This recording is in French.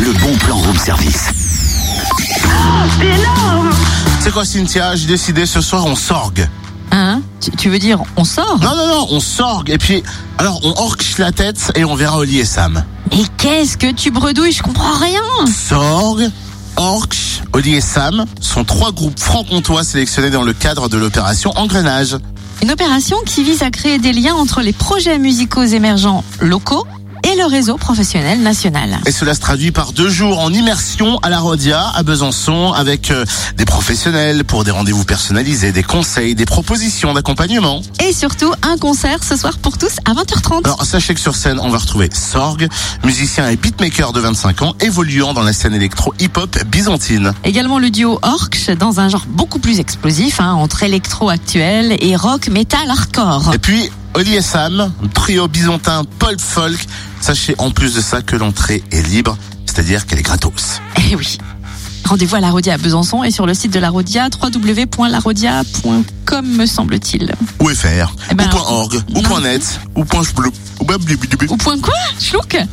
le bon plan room service. Oh, c'est énorme C'est quoi Cynthia J'ai décidé ce soir on sorgue. Hein tu, tu veux dire, on sort Non non non, on sorgue et puis alors on orche la tête et on verra Oli et Sam. Mais qu'est-ce que tu bredouilles Je comprends rien. Sorgue, orche, Oli et Sam sont trois groupes franc-comtois sélectionnés dans le cadre de l'opération Engrenage. Une opération qui vise à créer des liens entre les projets musicaux émergents locaux et le réseau professionnel national. Et cela se traduit par deux jours en immersion à la Rodia, à Besançon, avec euh, des professionnels pour des rendez-vous personnalisés, des conseils, des propositions d'accompagnement. Et surtout, un concert ce soir pour tous à 20h30. Alors sachez que sur scène, on va retrouver Sorg, musicien et beatmaker de 25 ans, évoluant dans la scène électro hip-hop byzantine. Également le duo Orcs dans un genre beaucoup plus explosif, hein, entre électro actuel et rock, metal, hardcore. Et puis, Oli et Sam, trio byzantin Paul Folk. Sachez en plus de ça que l'entrée est libre, c'est-à-dire qu'elle est gratos. Eh oui. Rendez-vous à la Rodia à Besançon et sur le site de la Rodia, www.larodia.com me semble-t-il. Ou FR, Eh ben, ou point .org, ou non. point .net, ou point .bleu, ou blablabla. Ou point quoi Schlouk